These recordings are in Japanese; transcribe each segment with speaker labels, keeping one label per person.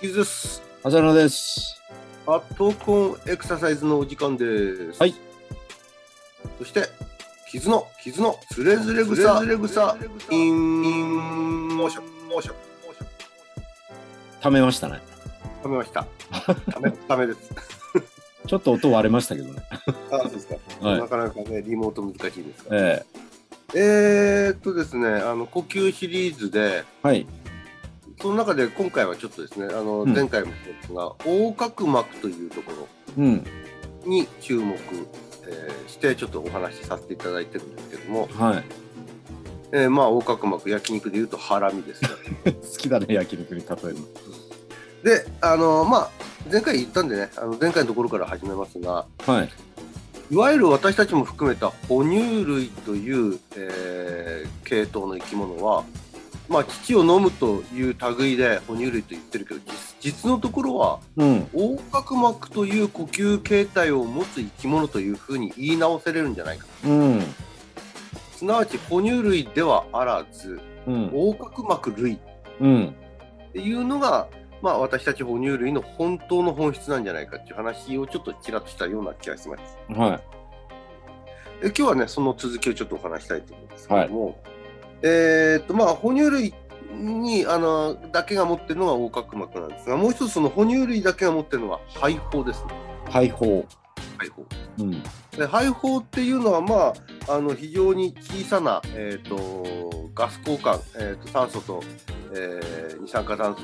Speaker 1: キズです。
Speaker 2: 浅野です。
Speaker 1: アットコンエクササイズのお時間です。
Speaker 2: はい。
Speaker 1: そして、キズの、キズの、つれずれ草、つれ草、インモーション、モーション、モーション。
Speaker 2: 溜めましたね。
Speaker 1: ためま した。ため、ためです。
Speaker 2: ちょっと音割れましたけどね。
Speaker 1: あ、そうですか。
Speaker 2: はい
Speaker 1: なかなかね、リモート難しいですが。
Speaker 2: え
Speaker 1: えーっとですね、あの、呼吸シリーズで、
Speaker 2: えはい。
Speaker 1: その中で今回はちょっとですね、あの、
Speaker 2: うん
Speaker 1: 前回もそうですが、横隔膜というところ
Speaker 2: うん。
Speaker 1: に注目、えーして、ちょっとお話しさせていただいてるんですけども、
Speaker 2: はい。
Speaker 1: えー、まあ横隔膜焼肉でいうとハラミですよ
Speaker 2: 好きだね、焼肉に例えるの。
Speaker 1: であのまあ前回言ったんでねあの前回のところから始めますが
Speaker 2: はい。
Speaker 1: いわゆる私たちも含めた哺乳類という、えー系統の生き物はまあ乳を飲むという類で哺乳類と言ってるけど実実のところは
Speaker 2: うん。
Speaker 1: 横隔膜という呼吸形態を持つ生き物というふうに言い直せれるんじゃないか
Speaker 2: うん。
Speaker 1: すなわち哺乳類ではあらず
Speaker 2: うん。
Speaker 1: 横隔膜類
Speaker 2: うん。
Speaker 1: っていうのが、まあ、私たち哺乳類の本当の本質なんじゃないかっていう話をちょっとちらっとしたような気がします。
Speaker 2: は
Speaker 1: え今日はねその続きをちょっとお話したいと思うんですけども、えーっとまあ哺乳類にあのだけが持ってるのが横隔膜なんですがもう一つその哺乳類だけが持ってるのが肺胞ですね
Speaker 2: い。解放。
Speaker 1: 肺胞。
Speaker 2: うん。
Speaker 1: で肺胞っていうのは、まあ、あの非常に小さな、えー、とガス交換、えー、と酸素と、えー二酸化炭素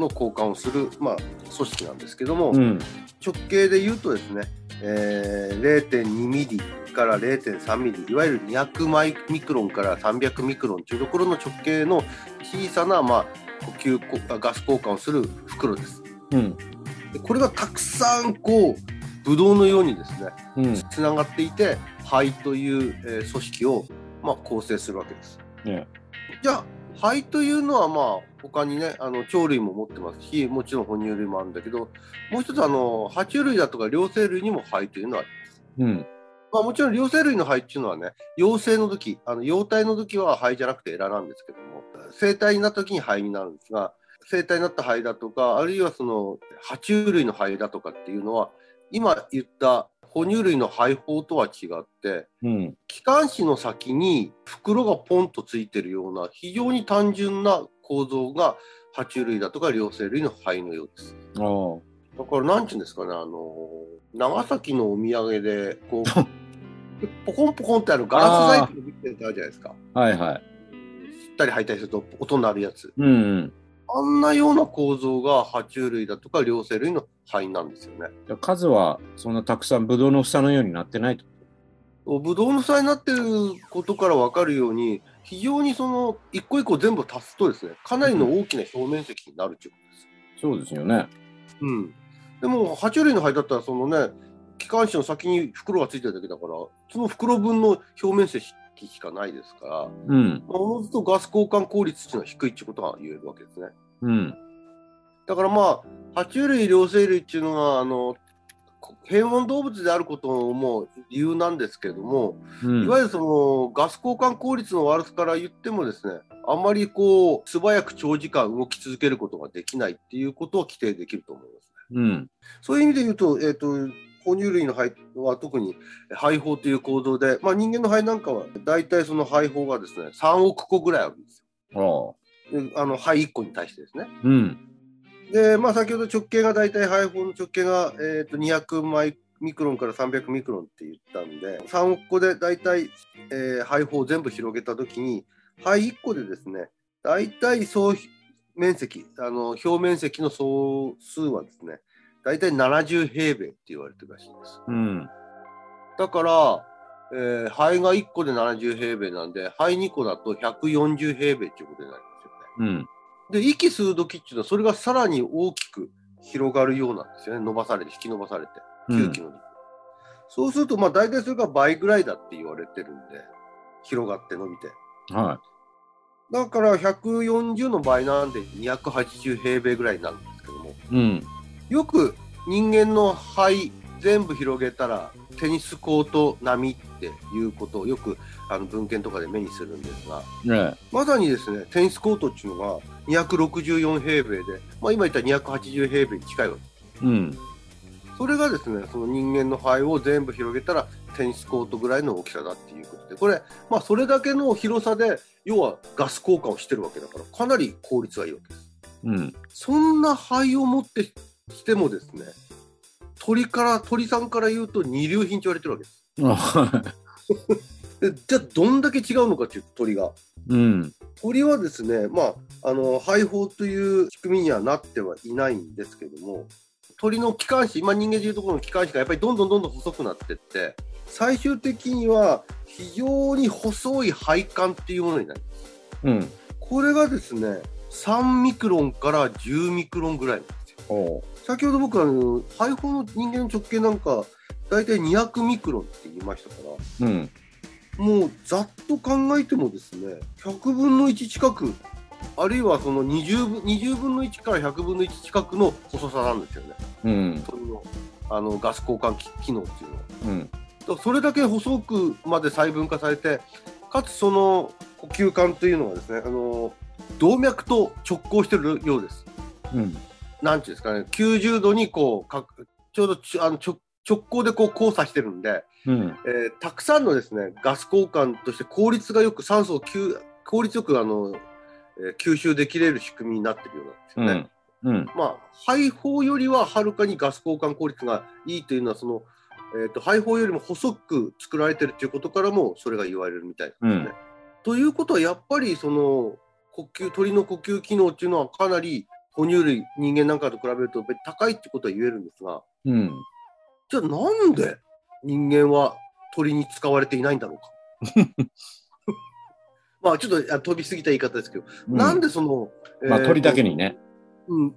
Speaker 1: の交換をする、まあ、組織なんですけども、
Speaker 2: うん。
Speaker 1: 直径でいうとですね、えー、0.2ミリから0.3ミリいわゆる200マイミクロンから300ミクロンというところの直径の小さな、まあ、呼吸こガス交換をする袋です。
Speaker 2: うん。
Speaker 1: でこれがたくさんこうブドウのようにですね
Speaker 2: うん。
Speaker 1: つながっていて肺という、えー組織を、まあ、構成するわけです。
Speaker 2: ね
Speaker 1: じゃあ肺というのはまあ他にねあの鳥類も持ってますしもちろん哺乳類もあるんだけどもう一つあの爬虫類だとか両生類にも肺というのはあります。
Speaker 2: うん。
Speaker 1: まあ、もちろん両生類の肺っていうのはね幼生の時あの幼体の時は肺じゃなくてエラなんですけども生体になった時に肺になるんですが生体になった肺だとかあるいはその爬虫類の肺だとかっていうのは今言った哺乳類の肺胞とは違って
Speaker 2: うん。
Speaker 1: 気管支の先に袋がポンとついてるような非常に単純な構造が爬虫類だとか両生類の肺のようです。
Speaker 2: ああ。
Speaker 1: だからなんていうんですかねあの長崎のお土産でこうポコンポコンってあるガラス細工のビッグってあるじゃないですか。
Speaker 2: はいはい。
Speaker 1: 吸ったり吐いたりすると音鳴るやつ。
Speaker 2: うんうん。
Speaker 1: あんなような構造が爬虫類だとか両生類の肺なんですよね。
Speaker 2: じゃあ数はそんなたくさんブドウの房のようになってないと。
Speaker 1: ブドウの房になってることから分かるように非常にその一個一個全部足すとですねかなりの大きな表面積になるっていうことです。
Speaker 2: そうですよね。
Speaker 1: うん、でも爬虫類の肺だったらそのね気管支の先に袋がついてるだけだからその袋分の表面積しかないですからまあ
Speaker 2: うん。
Speaker 1: おのずとガス交換効率っていうのは低いっていうことが言えるわけですね。
Speaker 2: うん。
Speaker 1: だからまあ爬虫類両生類っていうのはあのこ平凡動物であることも理由なんですけれども、
Speaker 2: うん。
Speaker 1: いわゆるそのガス交換効率の悪さから言ってもですね、あんまりこう素早く長時間動き続けることができないっていうことを規定できると思います
Speaker 2: うん。
Speaker 1: ね。そういう意味で言うと、えっ、と哺乳類の肺は特に肺胞という構造で、まあ人間の肺なんかはだいたいその肺胞がですね、3億個ぐらいあるんです
Speaker 2: ああ。
Speaker 1: よ。であの肺1個に対してですね。
Speaker 2: うん。
Speaker 1: で、まあ、先ほど直径が大体肺胞の直径が、えー、と200マイミクロンから300ミクロンって言ったんで3億個で大体、えー、肺胞を全部広げた時に肺1個でですね大体総面積あの表面積の総数はですね大体70平米って言われてるらしいです
Speaker 2: うん。
Speaker 1: だから、えー肺が1個で70平米なんで肺2個だと140平米っていうことになりますよね
Speaker 2: うん。
Speaker 1: で息吸う時っていうのはそれがさらに大きく広がるようなんですよね伸ばされて引き伸ばされて
Speaker 2: う
Speaker 1: 吸
Speaker 2: ん
Speaker 1: 気の、そうするとまあ大体それが倍ぐらいだって言われてるんで広がって伸びて
Speaker 2: は
Speaker 1: だから140の倍なんで280平米ぐらいになるんですけ
Speaker 2: うん。
Speaker 1: よく人間の肺全部広げたらテニスコート並みっていうことをよくあの文献とかで目にするんですが
Speaker 2: ね
Speaker 1: まさにですねテニスコートっていうのが264平米で、まあ、今言った280平米に近いわけ
Speaker 2: うん。
Speaker 1: それがですねその人間の肺を全部広げたらテニスコートぐらいの大きさだっていうことでこれ、まあ、それだけの広さで要はガス交換をしてるわけだからかなり効率がいいわけ
Speaker 2: うん。
Speaker 1: そんな肺を持ってしてもですね、鳥から、鳥さんから言うと二流品と言われてるわけです。
Speaker 2: あ
Speaker 1: でじゃあ、どんだけ違うのかっていうと、鳥が。
Speaker 2: うん。
Speaker 1: 鳥はですね、まあ、あの、肺胞という仕組みにはなってはいないんですけども、鳥の気管支、今人間でいうところの気管支がやっぱりどんどんどんどん細くなってって、最終的には非常に細い肺管っていうものになる。
Speaker 2: うん。
Speaker 1: これがですね、3ミクロンから10ミクロンぐらいなんですよ。
Speaker 2: おう
Speaker 1: 先ほど僕あの肺胞の人間の直径なんか大体200ミクロンって言いましたから
Speaker 2: うん。
Speaker 1: もうざっと考えてもですね100分の1近くあるいはその20分 ,20 分の1から100分の1近くの細さなんですよね
Speaker 2: うん。
Speaker 1: 鳥のあのガス交換機機能っていうのは。
Speaker 2: うん。
Speaker 1: だからそれだけ細くまで細分化されてかつその呼吸管というのはですねあの動脈と直行してるようです。
Speaker 2: うん。
Speaker 1: なんていうんですかね、90度にこう、かちょうどちあの直直行でこう交差してるんで、
Speaker 2: うん。
Speaker 1: えーたくさんのですね、ガス交換として効率がよく酸素を吸効率よくあの、えー吸収できれる仕組みになってるようなんです
Speaker 2: う
Speaker 1: よね。
Speaker 2: ん。うん。
Speaker 1: まあ、肺胞よりははるかにガス交換効率がいいというのは、その、えー、と肺胞よりも細く作られてるということからもそれが言われるみたいなんですね。ということはやっぱりその呼吸鳥の呼吸機能っていうのはかなり哺乳類人間なんかと比べると高いってことは言えるんですが
Speaker 2: うん。
Speaker 1: じゃあなんで人間は鳥に使われていないんだろうか。 まあちょっとあ飛びすぎた言い方ですけど、なん
Speaker 2: で、
Speaker 1: でその、
Speaker 2: まあ、
Speaker 1: えー
Speaker 2: 鳥だけにね。
Speaker 1: うん、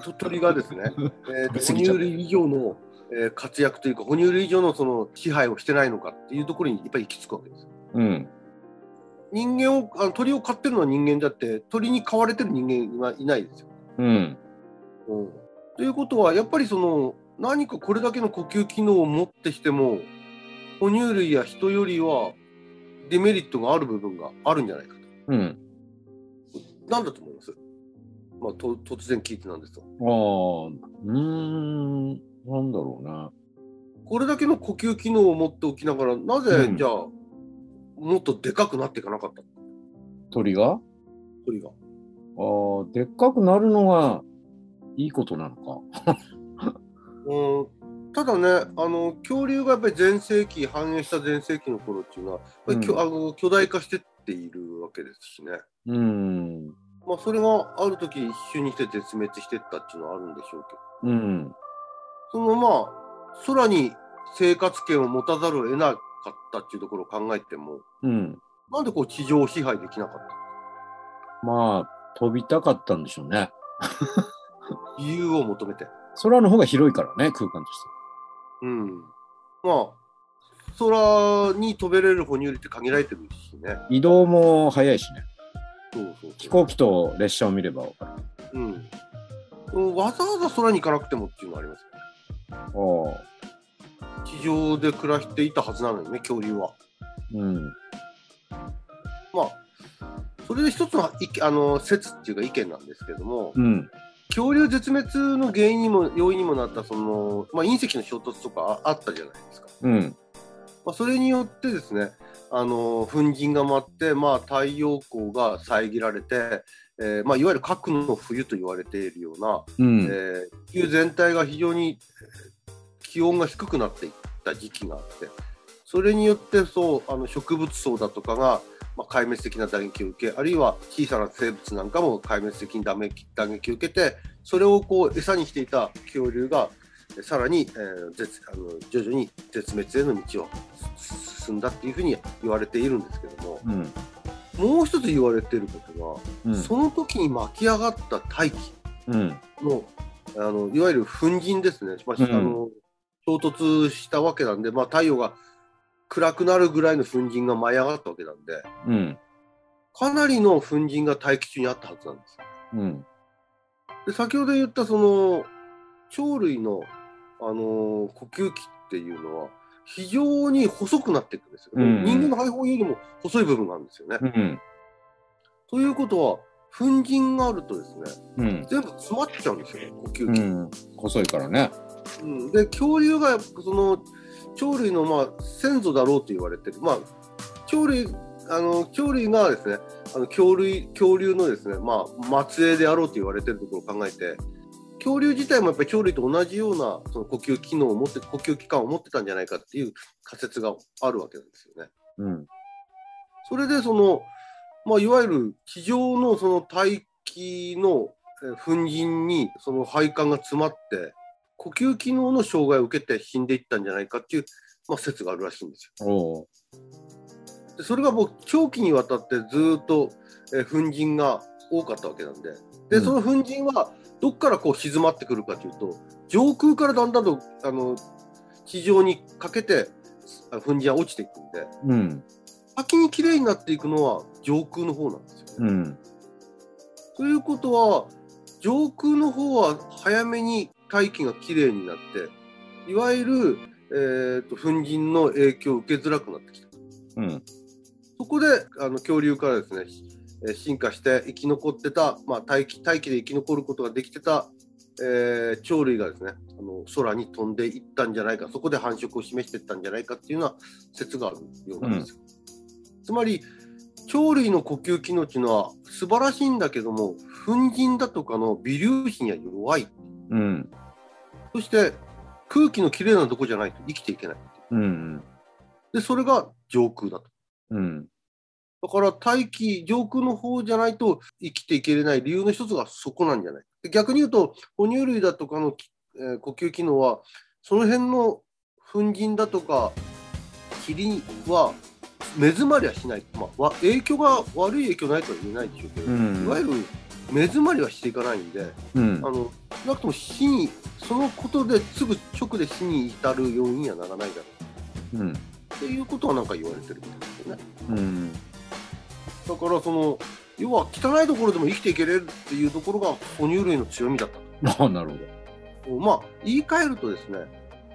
Speaker 1: と鳥がです ね、えー
Speaker 2: 飛
Speaker 1: と
Speaker 2: び
Speaker 1: 哺
Speaker 2: す
Speaker 1: 乳
Speaker 2: ぎちゃった
Speaker 1: 類以上の、えー活躍というか、哺乳類以上のその支配をしてないのかっていうところにやっぱり行き着くわけです。
Speaker 2: うん。
Speaker 1: 人間をあの鳥を飼ってるのは人間だって、鳥に飼われてる人間はいないですよ。
Speaker 2: うん。
Speaker 1: うん、ということは、やっぱりその何かこれだけの呼吸機能を持ってしても、哺乳類や人よりはデメリットがある部分があるんじゃないかと。
Speaker 2: うん。
Speaker 1: なんだと思いますまあ、と突然聞いてなんですが。
Speaker 2: ああ、うーん。なんだろうな。
Speaker 1: これだけの呼吸機能を持っておきながら、なぜ、
Speaker 2: うん
Speaker 1: じゃあ、もっとでかくなっていかなかったの
Speaker 2: 鳥が
Speaker 1: 鳥が。
Speaker 2: ああ、でっかくなるのがいいことなのか。
Speaker 1: うん、ただね、あの恐竜がやっぱり全盛期、繁栄した全盛期の頃っていうのは、やっぱりきょ
Speaker 2: うん
Speaker 1: あの巨大化してっているわけですしね。
Speaker 2: うん。
Speaker 1: まあ、それがある時一瞬にして絶滅してったっていうのはあるんでしょうけど、
Speaker 2: うん。
Speaker 1: そのまあ、空に生活圏を持たざるを得なかったっていうところを考えても、
Speaker 2: うん。
Speaker 1: なんでこう地上を支配できなかったのか
Speaker 2: まあ、飛びたかったんでしょうね。
Speaker 1: 理由を求めて。
Speaker 2: 空の方が広いからね、空間として。
Speaker 1: うん。まあ、空に飛べれる哺乳類って限られてるしね。
Speaker 2: 移動も早いしね。
Speaker 1: そうそうそう
Speaker 2: 飛行機と列車を見れば分かる。
Speaker 1: うんうん。わざわざ空に行かなくてもっていうのはありますよね。
Speaker 2: ああ。
Speaker 1: 地上で暮らしていたはずなのにね、恐竜は。
Speaker 2: うん。
Speaker 1: まあ、それで一つの意見あの説っていうか意見なんですけども、
Speaker 2: うん。
Speaker 1: 恐竜絶滅の原因にも要因にもなったその、まあ、隕石の衝突とかああったじゃないですか。
Speaker 2: うん。
Speaker 1: まあ、それによってですね、あの粉塵が舞って、まあ、太陽光が遮られて、えーまあ、いわゆる核の冬と言われているような、
Speaker 2: うん。
Speaker 1: えー地球全体が非常にえー気温が低くなっていった時期があって、それによってそうあの植物層だとかが、まあ、壊滅的な打撃を受け、あるいは小さな生物なんかも壊滅的にダメ打撃を受けて、それをこう餌にしていた恐竜が、えーさらに、えー絶あの徐々に絶滅への道を進んだっていうふうに言われているんですけども、
Speaker 2: うん。
Speaker 1: もう一つ言われていること
Speaker 2: う
Speaker 1: が、
Speaker 2: ん。
Speaker 1: その時に巻き上がった大気。
Speaker 2: うん。
Speaker 1: のあのいわゆる粉塵ですね、まあ
Speaker 2: うん
Speaker 1: あの衝突したわけなんで、まあ、太陽が暗くなるぐらいの粉塵が舞い上がったわけなんで、
Speaker 2: うん。
Speaker 1: かなりの粉塵が大気中にあったはずなんですよ。
Speaker 2: うん。
Speaker 1: で先ほど言ったその鳥類の、あのー呼吸器っていうのは非常に細くなっていくんですよ、
Speaker 2: うんうん
Speaker 1: 人間の肺胞よりも細い部分があるんですよね。
Speaker 2: うん。
Speaker 1: ということは粉塵があるとですね
Speaker 2: うん。
Speaker 1: 全部詰まっちゃうんですよね呼吸器
Speaker 2: う。ん。細いからね。
Speaker 1: うんで恐竜がその鳥類のまあ先祖だろうと言われてる、まあ、鳥類あの鳥類がですねあの恐竜恐竜のですね、まあ、末裔であろうと言われてるところを考えて恐竜自体もやっぱり鳥類と同じようなその呼吸機能を持って呼吸器官を持ってたんじゃないかっていう仮説があるわけなんですよね。
Speaker 2: うん。
Speaker 1: それでその、まあ、いわゆる地上のその大気のえー粉塵にその配管が詰まって呼吸機能の障害を受けて死んでいったんじゃないかっていう、まあ、説があるらしいんです
Speaker 2: おう。
Speaker 1: よ。でそれがもう長期にわたってずーっと、えー粉塵が多かったわけなんで
Speaker 2: う
Speaker 1: で
Speaker 2: ん
Speaker 1: その粉塵はどっからこう静まってくるかというと上空からだんだんとあの地上にかけてあ粉塵は落ちていくんで
Speaker 2: うん。
Speaker 1: 先にきれいになっていくのは上空の方なんですよね。
Speaker 2: うん。
Speaker 1: ということは上空の方は早めに大気がきれいになっていわゆる、えー、と粉塵の影響を受けづらくなってきた
Speaker 2: うん。
Speaker 1: そこであの恐竜からですねえー進化して生き残ってた、まあ、大気大気で生き残ることができてた、えー鳥類がですねあの空に飛んでいったんじゃないかそこで繁殖を示していったんじゃないかっていうような説があるようなんですよ。つまり鳥類の呼吸機能っていうのは素晴らしいんだけども粉塵だとかの微粒子には弱い
Speaker 2: うん。
Speaker 1: そして空気のきれいなとこじゃないと生きていけない
Speaker 2: うん。
Speaker 1: でそれが上空だと。
Speaker 2: うん。
Speaker 1: だから大気上空の方じゃないと生きていけれない理由の一つがそこなんじゃないで逆に言うと哺乳類だとかのき、えー呼吸機能はその辺の粉塵だとか霧は目詰まりはしない、まあ、わ影響が悪い影響ないとは言えないでしょうけど、
Speaker 2: うん
Speaker 1: いわゆる目詰まりはしていかないんで
Speaker 2: うん
Speaker 1: あ。の少なくとも死にそのことですぐ直で死に至る要因にはならないだろ
Speaker 2: うん。
Speaker 1: うっていうことはなんか言われてるみたいですよね。
Speaker 2: うん。
Speaker 1: だからその要は汚いところでも生きていけれるっていうところが哺乳類の強みだった
Speaker 2: ああ、なるほど。
Speaker 1: とまあ言い換えるとですね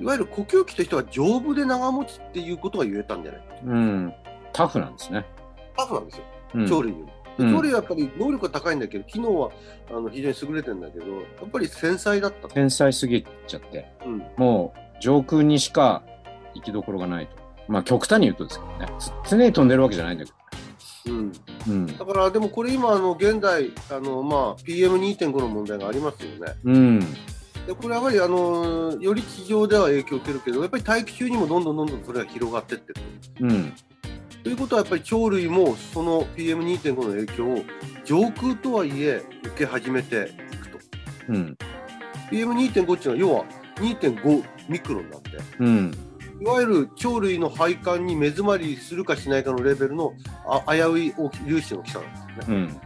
Speaker 1: いわゆる呼吸器としては丈夫で長持ちっていうことが言えたんじゃないか
Speaker 2: うん。タフなんですね。
Speaker 1: タフなんですよ
Speaker 2: うん。
Speaker 1: 鳥類より、
Speaker 2: うん
Speaker 1: 鳥類はやっぱり能力が高いんだけど機能はあの非常に優れてるんだけどやっぱり繊細だったと、
Speaker 2: 天才すぎちゃって。
Speaker 1: うん、
Speaker 2: もう上空にしか行きどころがないと。まあ極端に言うとですけどね。つ常に飛んでるわけじゃないんだけ
Speaker 1: うん、だ
Speaker 2: ど。うん。
Speaker 1: からでもこれ今あの現代あの、まあ、PM2.5 の問題がありますよね
Speaker 2: うん。
Speaker 1: でこれやはりあのより地上では影響を受けるけどやっぱり大気中にもどんどんどんどんそれが広がってってる
Speaker 2: うん。
Speaker 1: ということはやっぱり鳥類もその PM2.5 の影響を上空とはいえ受け始めていくと。
Speaker 2: うん。
Speaker 1: PM2.5 っていうのは要は2.5ミクロンなんで、
Speaker 2: うん。
Speaker 1: いわゆる鳥類の配管に目詰まりするかしないかのレベルのあ危うい大き粒子の大きさなんですよね。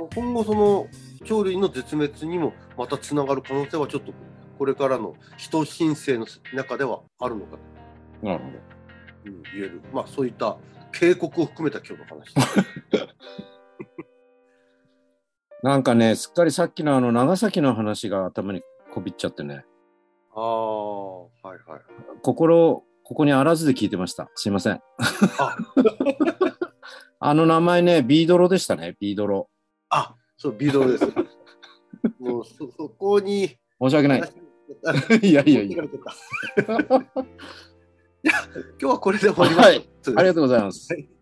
Speaker 2: うん。
Speaker 1: 今後その鳥類の絶滅にもまたつながる可能性はちょっとこれからの人申請の中ではあるのかと
Speaker 2: なるほ
Speaker 1: うん言える、まあ、そういった警告を含めた今日の話です。
Speaker 2: ど。なんかね、すっかりさっきのあの長崎の話が頭にこびっちゃってね。
Speaker 1: ああ、はいはい。
Speaker 2: 心、ここにあらずで聞いてました。すいません。あの名前ね、ビードロでしたね、ビードロ。
Speaker 1: あ、そう、微動 です。もうそ、そこに。
Speaker 2: 申し訳ない。
Speaker 1: あ
Speaker 2: いやいやいや。
Speaker 1: 持ってかれてたいや今日はこれで終わります。
Speaker 2: はいありがとうございます。
Speaker 1: はい